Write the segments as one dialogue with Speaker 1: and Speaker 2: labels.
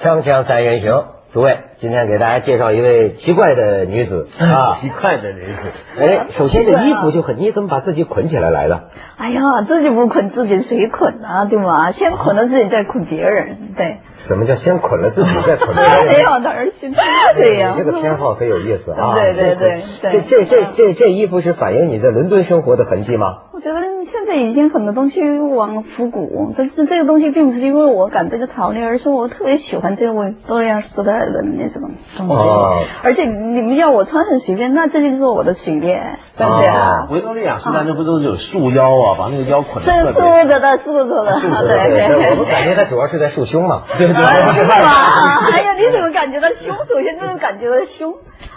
Speaker 1: 锵锵三人行，诸位，今天给大家介绍一位奇怪的女 子啊。
Speaker 2: 奇怪的人是，
Speaker 1: 哎，首先
Speaker 3: 奇
Speaker 1: 这
Speaker 3: 怪啊
Speaker 1: 衣服就很，你怎么把自己捆起来来的？
Speaker 3: 哎呀，自己不捆自己谁捆啊？对吧？先捆了自己，再捆别人，对。
Speaker 1: 什么叫先捆了自己，再捆别人？
Speaker 3: 啊 没有的儿心，对呀、
Speaker 1: 你这个偏好很有意思啊！
Speaker 3: 对对对
Speaker 1: 这
Speaker 3: 对
Speaker 1: 这这这这衣服是反映你在伦敦生活的痕迹吗？
Speaker 3: 我觉得现在已经很多东西往复古，但是这个东西并不是因为我赶这个潮流，而是我特别喜欢这位多样时代的那种东西。
Speaker 1: 哦
Speaker 3: 而且你们要我穿很随便，那这就是我的随便，对不对啊？
Speaker 2: 维多利亚时代那不都是有束腰啊，把那个腰捆
Speaker 3: 这
Speaker 2: 的特
Speaker 3: 是
Speaker 2: 别。
Speaker 3: 竖着的，竖着的，对
Speaker 1: 对，我们感觉它主要是在束胸 嘛。对对
Speaker 3: 啊，是吧？ 哎呀，你怎么感觉到胸？首先就是感觉到胸，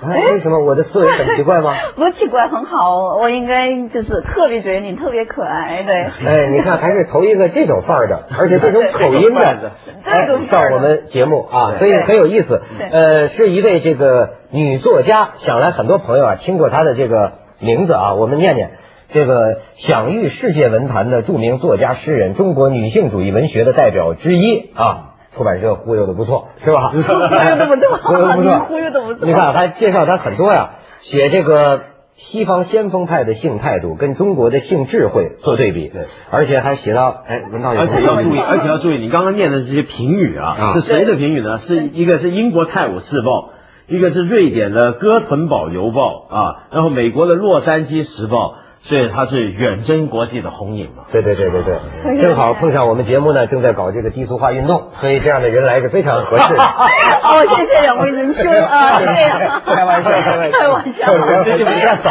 Speaker 1: 哎，为什么我的思维很奇怪吗？
Speaker 3: 不奇怪，很好。我应该就是特别觉得你特别可爱，对。
Speaker 1: 哎，你看还是头一个这种范儿的，而且这种口音的，哎
Speaker 3: 这种，范
Speaker 1: 上
Speaker 3: 儿的
Speaker 1: 我们节目啊，所以很有意思。
Speaker 3: 对
Speaker 1: 呃，是一位这个女作家，想来很多朋友啊听过她的这个名字啊，我们念念。这个享誉世界文坛的著名作家、诗人，中国女性主义文学的代表之一啊，出版社忽悠的不错，是 吧？忽
Speaker 3: 悠得不错
Speaker 1: 忽悠得不错，
Speaker 3: 忽悠得不错
Speaker 1: 你看，还啊介绍她很多呀，写这个西方先锋派的性态度跟中国的性智慧做对比，
Speaker 2: 对
Speaker 1: 而且还写到，哎，文道有
Speaker 2: 而
Speaker 1: 同
Speaker 2: 且
Speaker 1: 志
Speaker 2: 要注意，而且要注意，你刚刚念的这些评语
Speaker 1: 啊
Speaker 2: 嗯啊，是谁的评语呢？是一个是英国《泰晤士报》，一个是瑞典的《哥屯堡邮报》啊，然后美国的《洛杉矶时报》，所以它是远征国际的红影嘛。
Speaker 1: 对对对对
Speaker 3: 可
Speaker 1: 对，
Speaker 3: 以
Speaker 1: 正好碰上我们节目呢，正在搞这个低俗化运动，所以这样的人来是非常合适的。
Speaker 3: 哦，谢谢两位仁兄啊，对呀，
Speaker 1: 开玩笑，开玩笑，
Speaker 3: 开玩笑，
Speaker 2: 这就不叫扫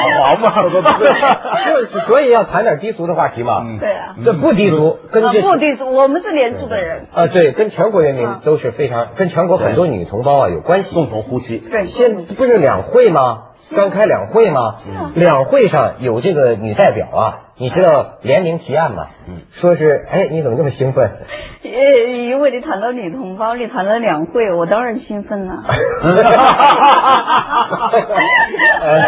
Speaker 2: 黄嘛
Speaker 1: 就是所以要谈点低俗的话题嘛。
Speaker 2: 嗯
Speaker 3: 对啊，
Speaker 1: 这不低俗，跟
Speaker 3: 啊
Speaker 1: 这
Speaker 3: 不啊地主，我们是连住的人，
Speaker 1: 啊，对，跟全国人民都是非常，跟全国很多女同胞啊有关系。
Speaker 2: 共同呼 吸。
Speaker 3: 对，
Speaker 1: 现不是两会吗？刚开两会吗？
Speaker 2: 啊
Speaker 1: 两会上有这个女代表啊，你知道联名提案吗？
Speaker 2: 嗯
Speaker 1: 说是哎，你怎么这么兴奋？
Speaker 3: 呃，因为你谈到女同胞，你谈到两会，我当然兴奋了。
Speaker 2: 呃，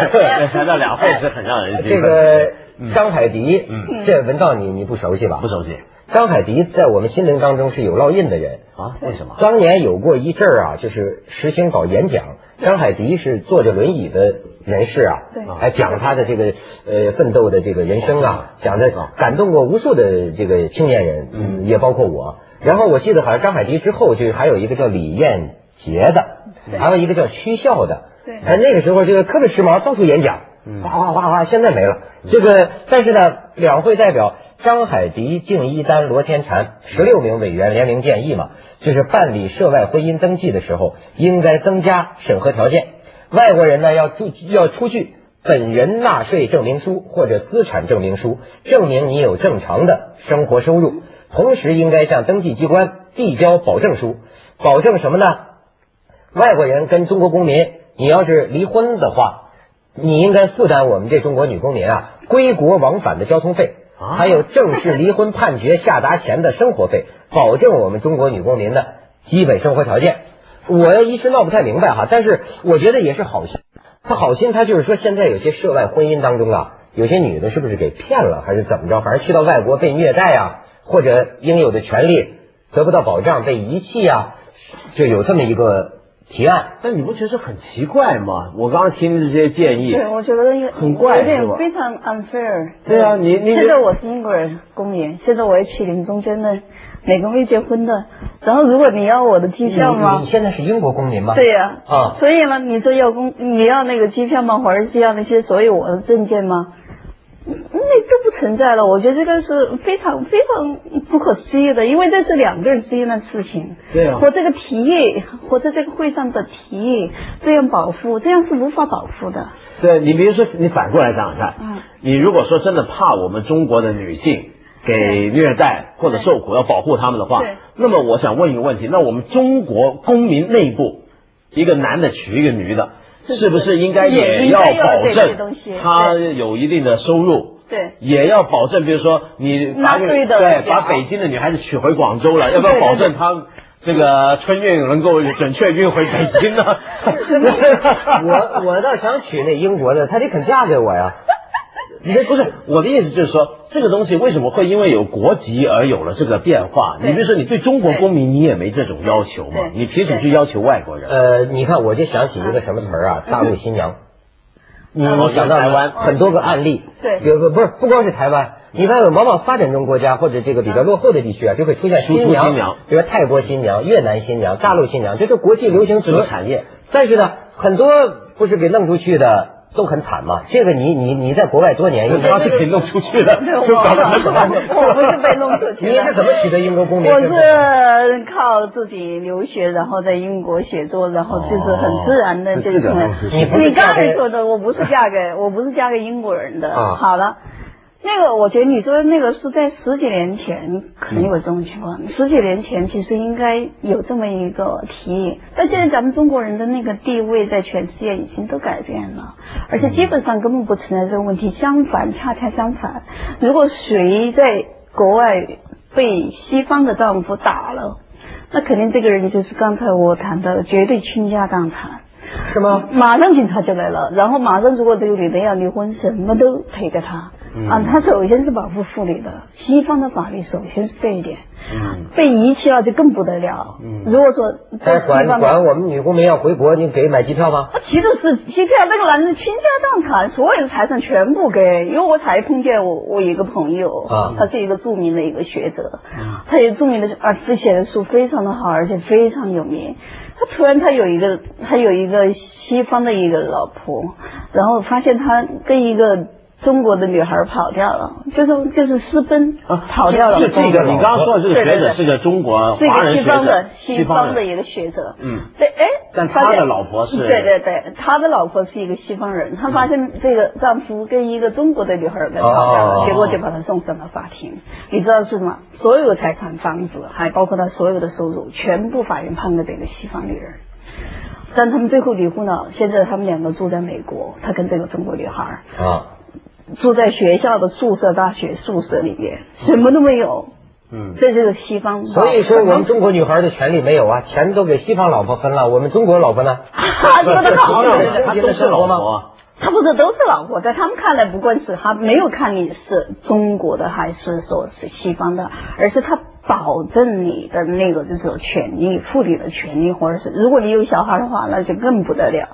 Speaker 2: 谈到两会是很让人
Speaker 1: 这
Speaker 2: 兴奋。
Speaker 1: 个张海迪，
Speaker 2: 嗯
Speaker 1: 这文道你你不熟悉吧？
Speaker 2: 不。熟悉
Speaker 1: 张海迪在我们新闻当中是有烙印的人，
Speaker 2: 啊？为什么？
Speaker 1: 当年有过一阵儿啊，就是实行搞演讲，张海迪是坐着轮椅的人士啊
Speaker 3: 对，
Speaker 1: 还讲他的这个呃奋斗的这个人生啊，
Speaker 3: 哦
Speaker 1: 讲的感动过无数的这个青年人，嗯，也包括我。然后我记得好像张海迪之后就还有一个叫李艳杰的，还有一个叫曲笑的，
Speaker 3: 对
Speaker 1: 哎，那个时候这个特别时髦，到处演讲，哗哗哗哗，现在没了。这个，但是呢，两会代表张海迪、敬一丹、罗天婵十六名委员联名建议嘛，就是办理涉外婚姻登记的时候，应该增加审核条件，外国人呢要出要出具本人纳税证明书或者资产证明书，证明你有正常的生活收入，同时应该向登记机关递交保证书，保证什么呢？外国人跟中国公民，你要是离婚的话，你应该负担我们这中国女公民啊归国往返的交通费，
Speaker 2: 啊
Speaker 1: 还有正式离婚判决下达前的生活费，保证我们中国女公民的基本生活条件。我一时闹不太明白哈，但是我觉得也是好心。他好心，他就是说现在有些涉外婚姻当中啊，有些女的是不是给骗了，还是怎么着？反正去到外国被虐待啊，或者应有的权利得不到保障，被遗弃啊，就有这么一个提案。
Speaker 2: 但你不觉得很奇怪吗？我刚刚听这些建议，
Speaker 3: 对，我觉得有
Speaker 2: 很怪
Speaker 3: 有
Speaker 2: 是吧
Speaker 3: 点非常 unfair。
Speaker 2: 对啊你你
Speaker 3: 现在我是英国人公民，现在我也娶你们中间的哪个没结婚的，然后如果你要我的机票
Speaker 1: 你
Speaker 3: 吗
Speaker 1: 你？现在是英国公民吗？
Speaker 3: 对呀、
Speaker 1: 啊
Speaker 3: 所以呢，你说要公，你要那个机票吗？或者是要那些所有我的证件吗？嗯那都不存在了，我觉得这个是非常非常不可思议的，因为这是两个人之间的事情。
Speaker 2: 对啊
Speaker 3: 我这个提议，我在这个会上的提议，这样保护，这样是无法保护的。
Speaker 2: 对你比如说，你反过来想想看，
Speaker 3: 嗯
Speaker 2: 你如果说真的怕我们中国的女性给虐待或者受苦，要保护她们的话
Speaker 3: 对，
Speaker 2: 那么我想问一个问题：那我们中国公民内部，一个男的娶一个女的，是不是应该
Speaker 3: 也
Speaker 2: 也
Speaker 3: 应
Speaker 2: 要
Speaker 3: 该要
Speaker 2: 保
Speaker 3: 对这个东
Speaker 2: 证
Speaker 3: 西
Speaker 2: 他有一定的收入？
Speaker 3: 对
Speaker 2: 也要保证，比如说你把
Speaker 3: 纳
Speaker 2: 这个
Speaker 3: 税的啊
Speaker 2: 对
Speaker 3: 也好
Speaker 2: 把北京的女孩子娶回广州 了，要不要
Speaker 3: 对对
Speaker 2: 保证她这个春运能够准确运回北 京呢？
Speaker 1: 我我倒想娶那英国的，他得肯嫁给我呀。
Speaker 2: 你这不是我的意思，就是说这个东西为什么会因为有国籍而有了这个变化？你
Speaker 3: 对
Speaker 2: 比如说，你对中国公民你也没这种要求嘛
Speaker 3: 对，
Speaker 2: 你凭什么去要求外国人？
Speaker 1: 呃，你看我就想起一个什么词儿啊，大陆新娘。
Speaker 2: 嗯
Speaker 1: 我想到
Speaker 2: 台湾
Speaker 1: 了很多个案例，
Speaker 3: 嗯对
Speaker 1: 比如说不是不光是台湾，你看往往发展中国家或者这个比较落后的地区啊，就会出现
Speaker 2: 输
Speaker 1: 新
Speaker 2: 出新娘
Speaker 1: 娘，比如泰国新娘、越南新娘、大陆新娘，这是国际流行词
Speaker 2: 这个产业。
Speaker 1: 但是呢，很多不是给弄出去的都很惨嘛。这个你你你在国外多年，
Speaker 2: 他是给 弄出去的， 就搞得很好。
Speaker 3: 我不是被弄出去的
Speaker 1: 你是怎么取得英国公民？
Speaker 3: 我是靠自己留学，然后在英国写作，然后就是很自然的这种。
Speaker 1: 你不是
Speaker 3: 你刚
Speaker 1: 嫁
Speaker 3: 才
Speaker 1: 给
Speaker 3: 说的，我不是嫁给，我不是嫁给英国人的。
Speaker 1: 啊
Speaker 3: 好了，那个我觉得你说的那个是在十几年前可能有这种情况，十几年前其实应该有这么一个提议，但现在咱们中国人的那个地位在全世界已经都改变了，而且基本上根本不存在这个问题，相反，恰恰相反，如果谁在国外被西方的丈夫打了，那肯定这个人就是刚才我谈到的绝对倾家荡产。
Speaker 1: 是吗？
Speaker 3: 马上警察就来了，然后马上如果这个女的要离婚，什么都赔给她。
Speaker 1: 嗯
Speaker 3: 啊，她首先是保护妇女的，西方的法律首先是这一点。
Speaker 2: 嗯
Speaker 3: 被遗弃了就更不得了。如果说
Speaker 1: 嗯还
Speaker 3: 在
Speaker 1: 管
Speaker 3: 西方的
Speaker 1: 管我们女公民要回国，你给买机票吗？
Speaker 3: 他骑的啊是机票，那个男人倾家荡产，所有的财产全部给。因为我才碰见我我一个朋友，
Speaker 1: 啊
Speaker 3: 他是一个著名的一个学者，
Speaker 2: 嗯
Speaker 3: 他也著名的啊，他写的书非常的好，而且非常有名。他突然他有一个他有一个西方的一个老婆，然后发现他跟一个中国的女孩跑掉了，就是就是私奔、
Speaker 2: 啊
Speaker 3: 跑掉了。
Speaker 2: 就这个，你刚刚说的这个学者是个中国
Speaker 3: 是一
Speaker 2: 呃华
Speaker 3: 个
Speaker 2: 人
Speaker 3: 西
Speaker 2: 学
Speaker 3: 方
Speaker 2: 者
Speaker 3: 的，西方的一个学者，
Speaker 2: 嗯，
Speaker 3: 对，哎，
Speaker 2: 但
Speaker 3: 发
Speaker 2: 他的
Speaker 3: 现
Speaker 2: 老婆是嗯
Speaker 3: 对对对，他的老婆是一个西方人，他发现这个丈夫跟一个中国的女孩儿给吵架
Speaker 1: 哦
Speaker 3: 了，结果就把他送上了法庭。你知道是什么？所有财产、房子，还包括他所有的收入，全部法院判给这个西方女人。但他们最后离婚了，现在他们两个住在美国，他跟这个中国女孩儿
Speaker 1: 啊，
Speaker 3: 住在学校的宿舍、大学宿舍里面，什么都没有。
Speaker 2: 嗯，
Speaker 3: 这就是西方。
Speaker 1: 所以说我们中国女孩的权利没有啊，钱都给西方老婆分了，我们中国老婆呢？
Speaker 3: 啊，说的好，
Speaker 2: 他都是老啊婆，
Speaker 3: 他不是都是老婆，在他们看来，不管是他没有看你是中国的还是说是西方的，而是他保证你的那个就是权利，妇女的权利，或者是如果你有小孩的话，那就更不得了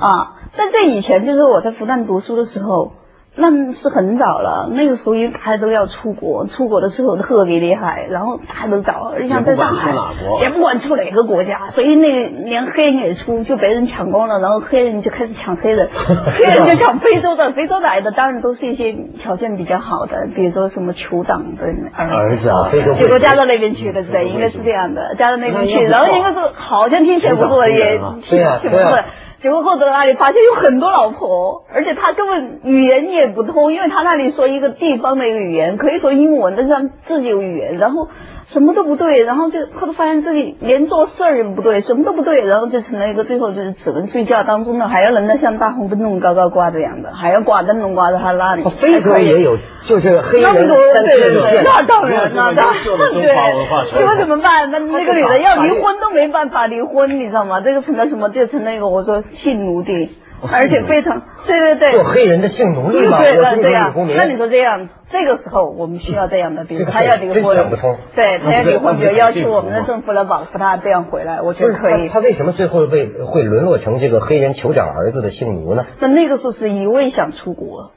Speaker 3: 啊！但在以前，就是我在复旦读书的时候。那是很早了，那个时候应该都要出国，出国的时候特别厉害，然后大家都找，像在上海
Speaker 2: 也不管去哪国
Speaker 3: 也不管去哪个国家，所以那连黑人也出，就被人抢光了，然后黑人就开始抢黑人，黑人就抢非洲的，非洲来的当然都是一些条件比较好的，比如说什么酋长的儿
Speaker 2: 儿
Speaker 3: 子。
Speaker 2: 子啊，
Speaker 1: 非洲
Speaker 3: 结果加到那边去的，对，应该是这样的，加到那边去，然后应该是好像听起来不错，也
Speaker 1: 对啊
Speaker 3: 挺不
Speaker 1: 对啊
Speaker 3: 错。结果后头那里发现有很多老婆，而且他根本语言也不通，因为他那里说一个地方的一个语言，可以说英文，但是他们自己有语言，然后什么都不对，然后就后头发现自己连做事儿也不对，什么都不对，然后就成了一个最后就是只能睡觉当中的，还要人家像大红灯笼高高挂着一样的，还要挂灯笼挂在他那里。
Speaker 1: 哦非洲也有，就是黑
Speaker 3: 那么
Speaker 1: 人
Speaker 3: 多
Speaker 1: 三
Speaker 3: 对对
Speaker 1: 天
Speaker 3: 对，
Speaker 1: 线。
Speaker 3: 那当然了，当然
Speaker 2: 这个就是优秀的中华文化
Speaker 3: 对，
Speaker 2: 传统
Speaker 3: 结果怎么办？那那个女的要离婚都没办法离婚，你知道吗？这个成了什么？这成了一个我说性奴隶，而且非常对对对。
Speaker 1: 做黑人的性奴
Speaker 3: 对
Speaker 1: 隶嘛，
Speaker 3: 对
Speaker 1: 我中国
Speaker 3: 对对
Speaker 1: 女
Speaker 3: 呀
Speaker 1: 公，民
Speaker 3: 那。你说这样，这个时候我们需要这样的，比如他要离
Speaker 1: 这个
Speaker 3: 婚
Speaker 1: 真想不通，
Speaker 3: 对他要离
Speaker 2: 那
Speaker 3: 婚，
Speaker 2: 不
Speaker 3: 比
Speaker 2: 是
Speaker 3: 如要求我们的政府来保护他这样回来，我觉
Speaker 1: 不
Speaker 3: 得
Speaker 1: 是
Speaker 3: 可以
Speaker 1: 他，。他为什么最后被会沦落成这个黑人酋长儿子的性奴呢？
Speaker 3: 那那个时候是一味想出国，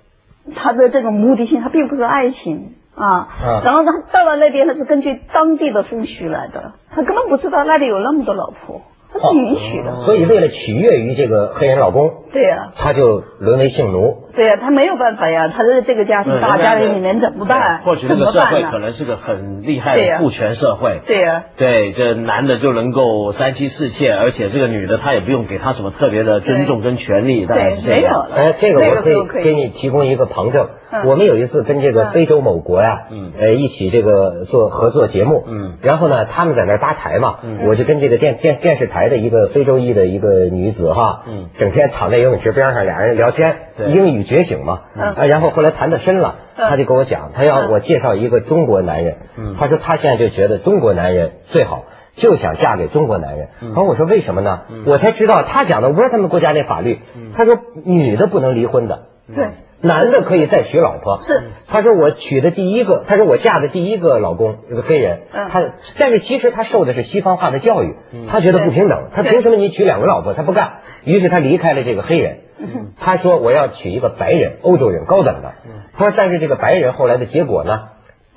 Speaker 3: 他的这种目的性，他并不是爱情啊。
Speaker 1: 嗯
Speaker 3: 然后他到了那边，他是根据当地的风俗来的，他根本不知道那里有那么多老婆，他是允许
Speaker 2: 哦
Speaker 3: 的。
Speaker 1: 所以为了取悦于这个黑人老公，
Speaker 3: 对呀、
Speaker 1: 他就沦为性奴。
Speaker 3: 对呀、他没有办法呀，他在这个家庭大家庭里面怎么办？啊
Speaker 2: 或许这
Speaker 3: 怎
Speaker 2: 个
Speaker 3: 么
Speaker 2: 社
Speaker 3: 办
Speaker 2: 会
Speaker 3: 呢
Speaker 2: 可能是个很厉害的父权社会。
Speaker 3: 对呀、
Speaker 2: 对，这男的就能够三妻四妾，而且这个女的她也不用给他什么特别的尊重跟权利，大概
Speaker 3: 对
Speaker 2: 是，这
Speaker 3: 没有
Speaker 2: 样。
Speaker 3: 了。
Speaker 1: 哎，这个我
Speaker 3: 那
Speaker 1: 可
Speaker 3: 时候
Speaker 1: 以
Speaker 3: 可
Speaker 1: 给你提供一个旁证。
Speaker 3: 嗯
Speaker 1: 我们有一次跟这个
Speaker 3: 嗯
Speaker 1: 非洲某国呀、
Speaker 2: 嗯
Speaker 1: 呃，一起这个做合作节目，
Speaker 2: 嗯，
Speaker 1: 然后呢，他们在那儿搭台嘛，我就跟这个电电电视台的一个非洲裔的一个女子哈，
Speaker 2: 嗯，
Speaker 1: 整天躺在游泳池边上，俩人聊天，
Speaker 2: 对
Speaker 1: 英语觉醒嘛，
Speaker 3: 嗯
Speaker 1: 啊，然后后来谈得深了，
Speaker 3: 嗯
Speaker 1: 他就跟我讲，他要
Speaker 3: 嗯
Speaker 1: 我介绍一个中国男人，
Speaker 2: 嗯
Speaker 1: 他说他现在就觉得中国男人最好。就想嫁给中国男人，
Speaker 3: 嗯
Speaker 1: 然后我说
Speaker 3: 嗯
Speaker 1: 为什么呢？我才知道他讲的，我不知道他们国家那法律。他说女的不能离婚的，
Speaker 2: 嗯
Speaker 3: 对，
Speaker 1: 男的可以再娶老婆。
Speaker 3: 是，
Speaker 1: 他说我娶的第一个，他说我嫁的第一个老公是个黑人，
Speaker 3: 嗯
Speaker 1: 他但是其实他受的是西方化的教育，他觉得不平等，他
Speaker 3: 对
Speaker 1: 凭什么你娶两个老婆？他不干，于是他离开了这个黑人。
Speaker 3: 嗯
Speaker 1: 他说我要娶一个白人，欧洲人高等的。他说但是这个白人后来的结果呢？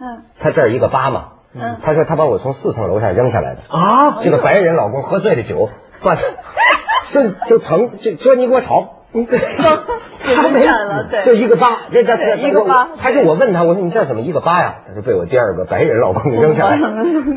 Speaker 3: 嗯
Speaker 1: 他这儿一个疤嘛，
Speaker 3: 嗯
Speaker 1: 他说他把我从四层楼上扔下来的。
Speaker 2: 啊，
Speaker 1: 这个白人老公喝醉了酒， 把就就成就说你给我吵。他没
Speaker 3: 染了对
Speaker 1: 就一个疤，这这这
Speaker 3: 对一个疤
Speaker 1: 还是我问他，我说你这怎么一个疤呀？他说被我第二个白人老公给扔下来，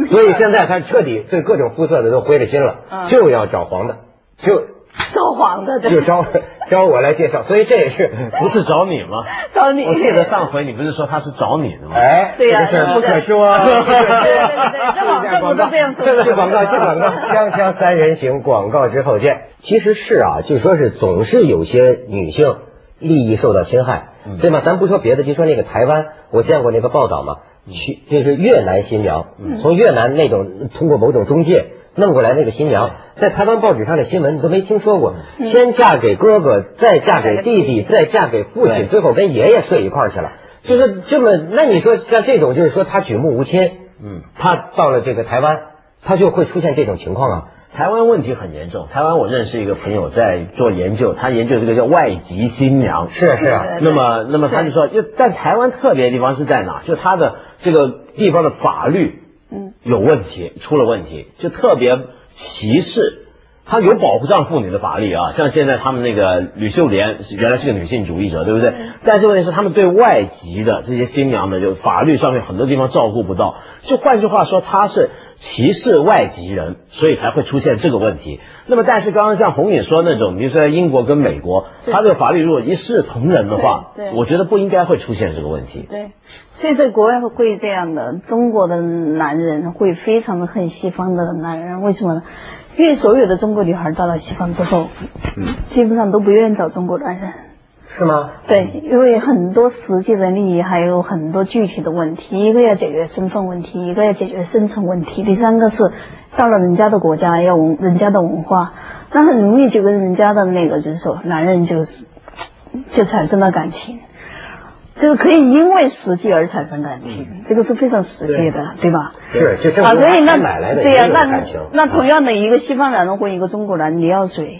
Speaker 1: 所以现在他彻底对各种肤色的都灰了心了，
Speaker 3: 嗯
Speaker 1: 就要找黄的，就
Speaker 3: 造黄的，对
Speaker 1: 就，招招我来介绍，所以这也是
Speaker 2: 不是找你 吗？
Speaker 3: 找你。
Speaker 2: 我记得上回你不是说他是找你的吗？
Speaker 1: 哎，
Speaker 3: 对呀
Speaker 1: 这个事儿不可说。
Speaker 2: 对呀
Speaker 1: 不可说
Speaker 2: 对
Speaker 3: 对对对这网上不都这样做的吗
Speaker 1: 这广告，这广告， 锵锵三人行，广告之后见。其实是啊，就说是总是有些女性利益受到侵害，对吗？咱不说别的，就说那个台湾，我见过那个报道嘛，去就是越南新娘，从越南那种通过某种中介。弄过来那个新娘，在台湾报纸上的新闻你都没听说过，先嫁给哥哥，再嫁给弟弟，再嫁给父
Speaker 2: 对
Speaker 1: 亲，最后跟爷爷睡一块儿去了。就是这么，那你说像这种，就是说他举目无亲，
Speaker 2: 嗯，
Speaker 1: 他到了这个台湾，他就会出现这种情况啊。
Speaker 2: 台湾问题很严重。台湾我认识一个朋友在做研究，他研究这个叫外籍新娘。
Speaker 1: 是啊是啊，
Speaker 3: 对
Speaker 2: 那么，那么他就说，就但台湾特别的地方是在哪？就它的这个地方的法律
Speaker 3: 嗯
Speaker 2: 有问题，出了问题，就特别歧视。它有保护丈妇女的法律啊，像现在他们那个吕秀莲是原来是个女性主义者，对不对？
Speaker 3: 嗯
Speaker 2: 但是问题是，他们对外籍的这些新娘呢，就法律上面很多地方照顾不到。就换句话说，她是歧视外籍人，所以才会出现这个问题。那么，但是刚刚像红姐说那种，比如说在英国跟美国，他这个法律如果一视同仁的话
Speaker 3: 对，对
Speaker 2: 我觉得不应该会出现这个问题。
Speaker 3: 对，所以在国外会这样的，中国的男人会非常的恨西方的男人，为什么呢？因为所有的中国女孩到了西方之后，基本上都不愿意找中国男人。
Speaker 1: 是吗？
Speaker 3: 对，因为很多实际的利益，还有很多具体的问题，一个要解决身份问题，一个要解决生存问题，第三个是到了人家的国家要文人家的文化，那很容易就跟人家的那个就是说男人就是就产生了感情。这个可以因为实际而产生感情，这个是非常实际的，对吧？
Speaker 1: 是，就这
Speaker 3: 啊，
Speaker 1: 么
Speaker 3: 所以那
Speaker 1: 买来的
Speaker 3: 对呀、
Speaker 1: 也有啊感情。
Speaker 3: 那那同样的一个西方男人或一个中国男人，你要谁？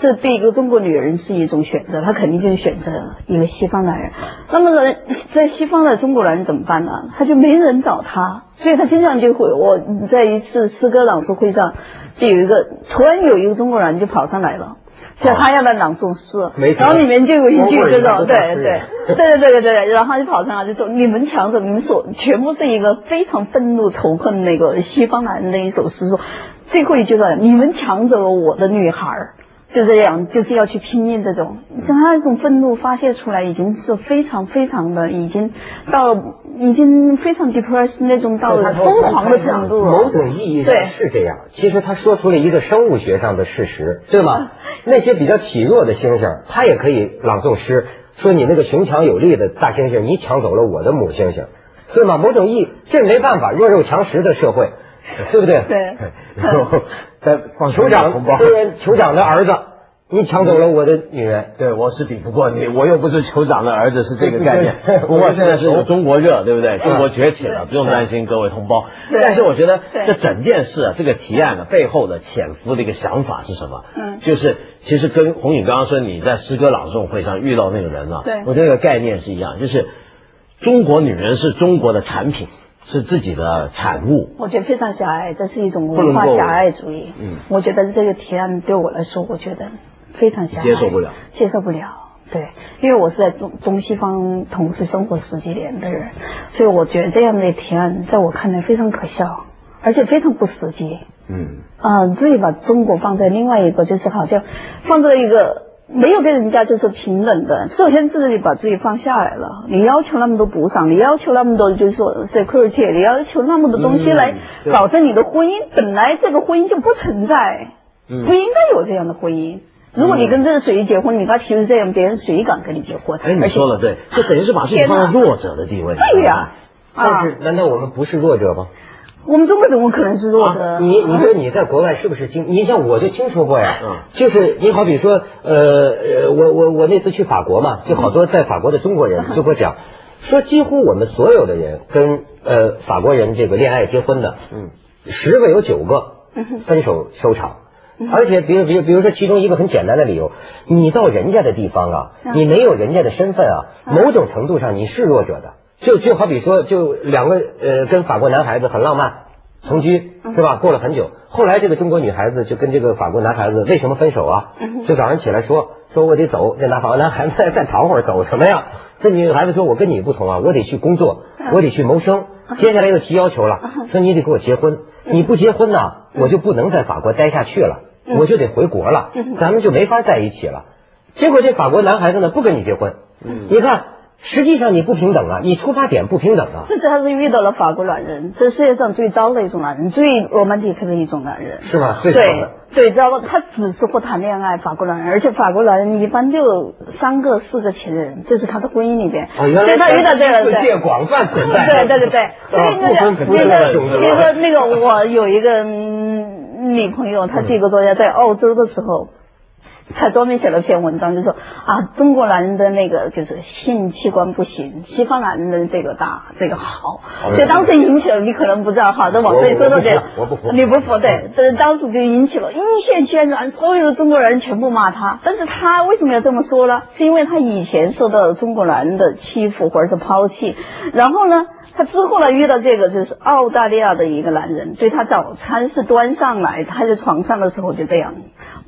Speaker 3: 这对一个中国女人是一种选择，她肯定就是选择一个西方男人。那么呢，在西方的中国男人怎么办呢？他就没人找他，所以他经常就会，我在一次诗歌朗诵会上，就有一个突然有一个中国男人就跑上来了。就他要来朗诵
Speaker 1: 哦没
Speaker 3: 诗，
Speaker 1: 错
Speaker 3: 然后里面就有一句
Speaker 1: 我问
Speaker 3: 这
Speaker 1: 你
Speaker 3: 种，
Speaker 1: 都
Speaker 3: 对
Speaker 1: 是诗
Speaker 3: 对
Speaker 1: 人，
Speaker 3: 对对对对对，然后他就跑上来就说：“你们抢走，你们所全部是一个非常愤怒仇恨那个西方男人的一首诗，说最后一句了，你们抢走了我的女孩儿。”就这样，就是要去拼命这种，像他那种愤怒发泄出来，已经是非常非常的，已经到了已经非常 depressed 那种到了疯狂的程度
Speaker 1: 某
Speaker 3: 了。
Speaker 1: 种意义上
Speaker 3: 对
Speaker 1: 是这样。啊其实他说出了一个生物学上的事实，对 吗？那些比较体弱的猩猩，它也可以朗诵诗，说你那个雄强有力的大猩猩，你抢走了我的母猩猩，对吗？某种意义，这没办法，弱肉强食的社会，对不对？
Speaker 3: 对
Speaker 1: 然后
Speaker 2: 放
Speaker 1: 酋长，对，酋长的 儿子，你抢走了我的女人，
Speaker 2: 对，我是比不过你，我又不是酋长的儿子，是这个概念
Speaker 1: 对对 对。
Speaker 2: 不过现在是有中国热，对不对？
Speaker 1: 嗯
Speaker 2: 中国崛起了，不用担心各位同胞。
Speaker 3: 对
Speaker 2: 但是我觉得
Speaker 3: 对
Speaker 2: 这整件事啊，这个提案啊背后的潜伏的一个想法是什么？
Speaker 3: 嗯
Speaker 2: 就是其实跟红宇刚刚说你在诗歌朗诵会上遇到那个人啊，
Speaker 3: 对
Speaker 2: 我觉得这个概念是一样，就是中国女人是中国的产品，是自己的产物。
Speaker 3: 我觉得非常狭隘，这是一种
Speaker 2: 不
Speaker 3: 文
Speaker 2: 能
Speaker 3: 化
Speaker 2: 够
Speaker 3: 狭隘主义。
Speaker 2: 嗯
Speaker 3: 我觉得这个提案对我来说，我觉得非常狭隘，
Speaker 2: 接受不了，
Speaker 3: 接受不了。对，因为我是在中中西方同时生活十几年的人，所以我觉得这样的提案在我看来非常可笑，而且非常不实际。
Speaker 2: 嗯，
Speaker 3: 啊、自己把中国放在另外一个，就是好像放在一个没有跟人家就是平等的。首先自己把自己放下来了，你要求那么多补偿，你要求那么多就是说 security，你要求那么多东西
Speaker 2: 嗯
Speaker 3: 来
Speaker 2: 对
Speaker 3: 保证你的婚姻，本来这个婚姻就不存在，
Speaker 2: 嗯
Speaker 3: 不应该有这样的婚姻。如果你跟这个谁结婚，你跟他提出这样，别人谁敢跟你结婚？
Speaker 2: 哎，你说
Speaker 3: 了，
Speaker 2: 的对，这等于是把自己
Speaker 3: 天
Speaker 2: 放
Speaker 3: 哪
Speaker 2: 在
Speaker 3: 哎
Speaker 2: 弱者的地位。
Speaker 3: 对呀、啊，
Speaker 1: 但是难道我们不是弱者吗？啊
Speaker 3: 我们中国怎么可能是弱者？
Speaker 2: 啊
Speaker 1: 你你说你在国外是不是经？你像我就听说过呀，
Speaker 2: 嗯
Speaker 1: 就是你好比说，呃呃，我我我那次去法国嘛，就好多在法国的中国
Speaker 2: 嗯
Speaker 1: 人就给我讲，说几乎我们所有的人跟呃法国人这个恋爱结婚的，
Speaker 2: 嗯，
Speaker 1: 十个有九个分手收场。而且，比如，比如，比如说，其中一个很简单的理由，你到人家的地方啊，
Speaker 3: 嗯
Speaker 1: 你没有人家的身份啊，
Speaker 3: 嗯
Speaker 1: 某种程度上你是弱者的。就就好比说，就两个呃，跟法国男孩子很浪漫，同居
Speaker 3: 嗯
Speaker 1: 是吧？过了很久，后来这个中国女孩子就跟这个法国男孩子为什么分手啊？
Speaker 3: 嗯
Speaker 1: 就早上起来说说我得走，这男法国男孩子再躺会儿走什么呀？这女孩子说我跟你不同啊，我得去工作，
Speaker 3: 嗯
Speaker 1: 我得去谋生。接下来又提要求了，说你得给我结婚，你不结婚呢、我就不能在法国待下去了，
Speaker 3: 嗯
Speaker 1: 我就得回国了，咱们就没法在一起了。结果这法国男孩子呢不跟你结婚，你看实际上你不平等啊，你出发点不平等啊。
Speaker 3: 这他是遇到了法国男人，这世界上最糟的一种男人，最 romantic 的一种男人。
Speaker 1: 是吧最
Speaker 3: 对
Speaker 1: 糟的
Speaker 3: 对，糟了，他只是会谈恋爱，法国男人，而且法国男人一般就有三个、四个情人，这是他的婚姻里边。
Speaker 1: 哦，原
Speaker 3: 所
Speaker 1: 来
Speaker 3: 以他遇到哎这个
Speaker 1: 世
Speaker 3: 人，
Speaker 1: 界广泛存在。
Speaker 3: 对对对对，所以那
Speaker 1: 啊
Speaker 3: 个
Speaker 1: 不分
Speaker 3: 那个，
Speaker 1: 种族
Speaker 3: 比如说那个，我有一个嗯女朋友，她这个作家在澳洲的时候。她专门写了篇文章，就说啊，中国男人的那个就是性器官不行，西方男人的这个大，这个好，所以当时引起了你可能不知道，好的，往这里说说这个
Speaker 1: 我不服我不服
Speaker 3: 你不服对，这当时就引起了一泻千然，所有的中国人全部骂他。但是他为什么要这么说呢？是因为他以前受到中国男人的欺负或者是抛弃，然后呢，他之后呢遇到这个就是澳大利亚的一个男人，对他早餐是端上来，他在床上的时候就这样。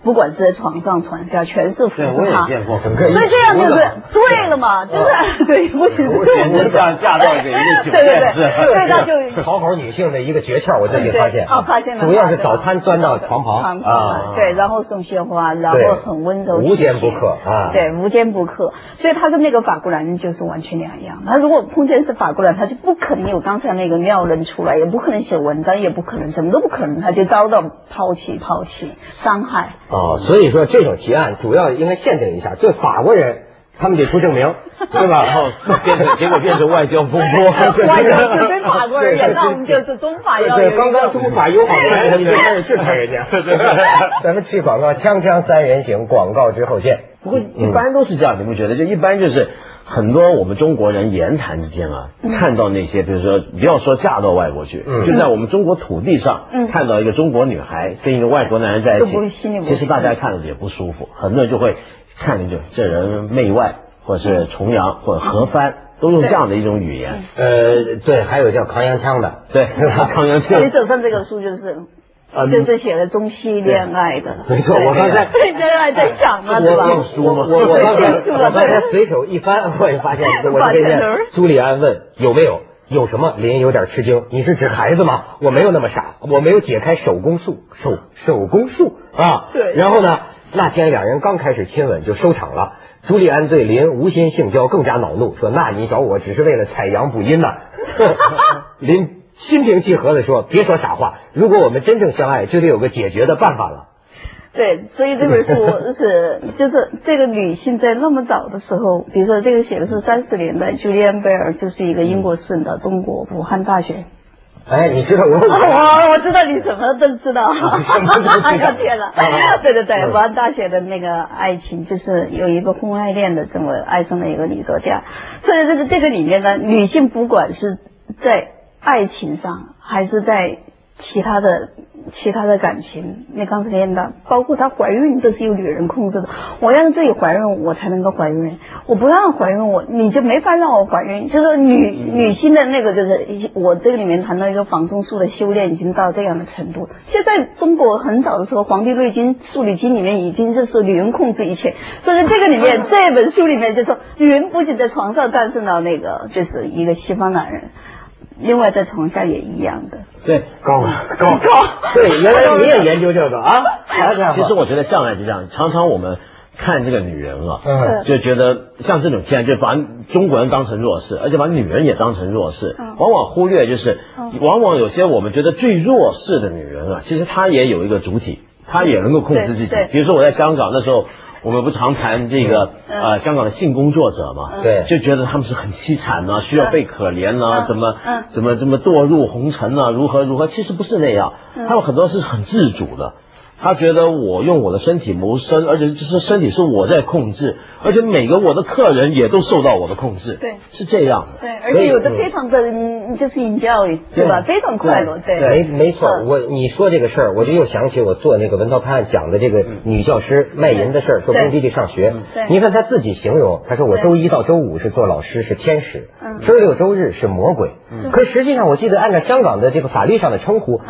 Speaker 3: 不管是在床上、床下，全是服
Speaker 2: 对，
Speaker 3: 侍
Speaker 2: 我也
Speaker 3: 他，
Speaker 2: 见过，很
Speaker 1: 所以
Speaker 3: 所以这样就是对了嘛，就是对，不行，
Speaker 2: 我简直像嫁到给一个酒店是吧
Speaker 3: 对对对所以他就
Speaker 1: 讨好女性的一个诀窍，我最近
Speaker 3: 对
Speaker 1: 发现，
Speaker 3: 哦发现了
Speaker 1: 主要是早餐端到床旁
Speaker 3: 旁
Speaker 1: 啊，
Speaker 3: 对，然后送鲜花，然后
Speaker 1: 对
Speaker 3: 很温柔体贴，
Speaker 1: 无坚不克啊
Speaker 3: 对，无坚不克。所以他跟那个法国男人就是完全两样。他如果碰见是法国人，他就不可能有刚才那个妙人出来，也不可能写文章，也不可能什么都不可能，他就遭到抛弃、抛弃、伤害。
Speaker 1: 哦，所以说这种提案主要应该限定一下，对法国人他们得出证 明，对吧？
Speaker 2: 然后变成结果变成外交风波，
Speaker 3: 外 国就对法国人也，那我们就是中法要有一
Speaker 1: 对，
Speaker 3: 个
Speaker 1: 刚刚中法友好的人，你就开始制裁人家。
Speaker 2: 对对对
Speaker 1: 咱们去广告，锵锵三人行，广告之后见。
Speaker 2: 不过一般都是这样，你不觉得？就一般就是很多我们中国人言谈之间啊，
Speaker 3: 嗯
Speaker 2: 看到那些，比如说不要说嫁到外国去，
Speaker 1: 嗯
Speaker 2: 就在我们中国土地上、
Speaker 3: 嗯
Speaker 2: 看到一个中国女孩跟一个外国男人在一
Speaker 3: 都不会
Speaker 2: 起
Speaker 3: 心里，不
Speaker 2: 其实
Speaker 3: 舒服
Speaker 2: 大家看了也不舒服，很多人就会看着就这人媚外，或者
Speaker 3: 嗯
Speaker 2: 是崇洋，或者合番，都用这样的一种语言。
Speaker 1: 呃，对，还有叫扛洋枪的，
Speaker 2: 对， 康阳庆
Speaker 3: 所以手上这个书
Speaker 1: 嗯
Speaker 3: 就是。就是写的中西恋爱的，
Speaker 1: 啊没错
Speaker 3: 对
Speaker 1: 我刚才
Speaker 3: 对恋爱在想嘛，对吧？
Speaker 1: 我我我我刚才我刚才随手一翻，我也发 现我的这件朱利安问有没有有什么林有点吃惊，你是指孩子吗？我没有那么傻，我没有解开手工术手手工术啊。
Speaker 3: 对
Speaker 1: 然后呢，那天两人刚开始亲吻就收场了。朱利安对林无心性交更加恼怒，说：“那你找我只是为了采阳补阴 呐、林心平气和的说：“别说傻话，如果我们真正相爱，就得有个解决的办法了。
Speaker 3: 对，所以这本 书是就是这个女性在那么早的时候，比如说这个写的是三十年代，朱利安贝尔就是一个英国人的中国武汉大学。”
Speaker 1: 哎，你知道 我
Speaker 3: 我我知道你什么都知道，
Speaker 1: 什么都知道
Speaker 3: 哎呀天哪
Speaker 1: 啊！
Speaker 3: 对对对，
Speaker 1: 嗯
Speaker 3: 武汉大学的那个爱情就是有一个婚外恋的这么爱上了一个女作家，所以这个这个里面呢，女性不管是在爱情上还是在其他的其他的感情，那刚才念到，包括她怀孕都是由女人控制的，我要让自己怀孕，我才能够怀孕，我不让怀孕我你就没法让我怀孕，就是女女性的那个就是我这个里面谈到一个防中术的修炼已经到这样的程度，现在中国很早的时候《黄帝内经》《素履经》里面已经就是女人控制一切，所以这个里面这本书里面就说女人不仅在床上战胜了那个就是一个西方男人，另外在床下也一样的。
Speaker 2: 对，
Speaker 1: 高高高，对，原来你也研究这个 啊？好家
Speaker 2: 其实
Speaker 1: 伙，
Speaker 2: 我觉得向来就这样，常常我们看这个女人啊，
Speaker 1: 嗯
Speaker 2: 就觉得像这种现在就把中国人当成弱势，而且把女人也当成弱势，
Speaker 3: 嗯
Speaker 2: 往往忽略就是
Speaker 3: 嗯，
Speaker 2: 往往有些我们觉得最弱势的女人啊，其实她也有一个主体，她也能够控制自己
Speaker 3: 对对。
Speaker 2: 比如说我在香港那时候，我们不常谈这个
Speaker 3: 嗯
Speaker 2: 呃香港的性工作者嘛，
Speaker 1: 对
Speaker 2: 就觉得他们是很凄惨呐，需要被可怜呐，
Speaker 3: 嗯
Speaker 2: 怎么
Speaker 3: 嗯
Speaker 2: 怎么怎么堕入红尘呐，如何如何，其实不是那样，
Speaker 3: 嗯
Speaker 2: 他们很多是很自主的。他觉得我用我的身体谋生，而且这是身体是我在控制，而且每个我的客人也都受到我的控制，
Speaker 3: 对
Speaker 2: 是这样的。
Speaker 3: 对，而且有的非常的嗯就是 enjoy，对吧？非常快乐，对。
Speaker 1: 没没错，
Speaker 3: 嗯
Speaker 1: 我你说这个事儿，我就又想起我做那个文涛拍案讲的这个女教师卖淫的事儿，说
Speaker 3: 对
Speaker 1: 工地里上学
Speaker 3: 对。
Speaker 1: 你看她自己形容，她说我
Speaker 3: 对
Speaker 1: 周一到周五是做老师是天使
Speaker 3: 嗯，
Speaker 1: 周六周日是魔鬼。可实际上，我记得按照香港的这个法律上的称呼。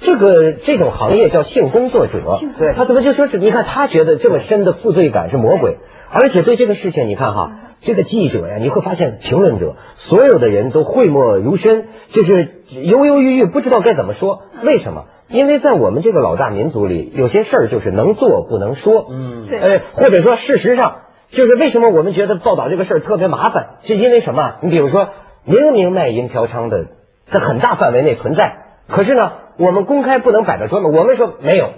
Speaker 1: 这个这种行业叫嗯性工作者，对他怎么就说是？你看他觉得这么深的负罪感是魔鬼，而且对这个事情，你看哈，这个记者呀，你会发现评论者所有的人都讳莫如深，就是犹犹豫豫，不知道该怎么说。为什么？因为在我们这个老大民族里，有些事儿就是能做不能说。
Speaker 2: 嗯
Speaker 3: 对
Speaker 1: 呃，或者说事实上，就是为什么我们觉得报道这个事儿特别麻烦，是因为什么啊？你比如说，明明卖淫嫖娼的在很大范围内存在，可是呢，我们公开不能摆到桌面，我们说没有。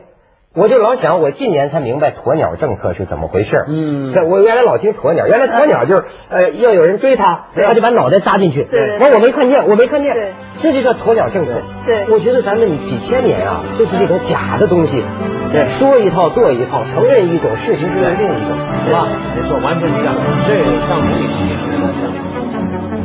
Speaker 1: 我就老想，我近年才明白鸵鸟政策是怎么回事儿。
Speaker 2: 嗯
Speaker 1: 在我原来老听鸵鸟，原来鸵鸟就是呃，要有人追他，
Speaker 3: 对
Speaker 1: 他就把脑袋扎进去。
Speaker 3: 对对对
Speaker 1: 完我没看见，我没看见。
Speaker 3: 对，
Speaker 1: 这就叫鸵鸟政策。
Speaker 3: 对
Speaker 1: 我觉得咱们几千年啊，就是这种假的东西，
Speaker 2: 对
Speaker 1: 说一套做一套，承认一种，事实是另一种，是吧？
Speaker 2: 没错，完全是这样的，这上伦理学也是这样的。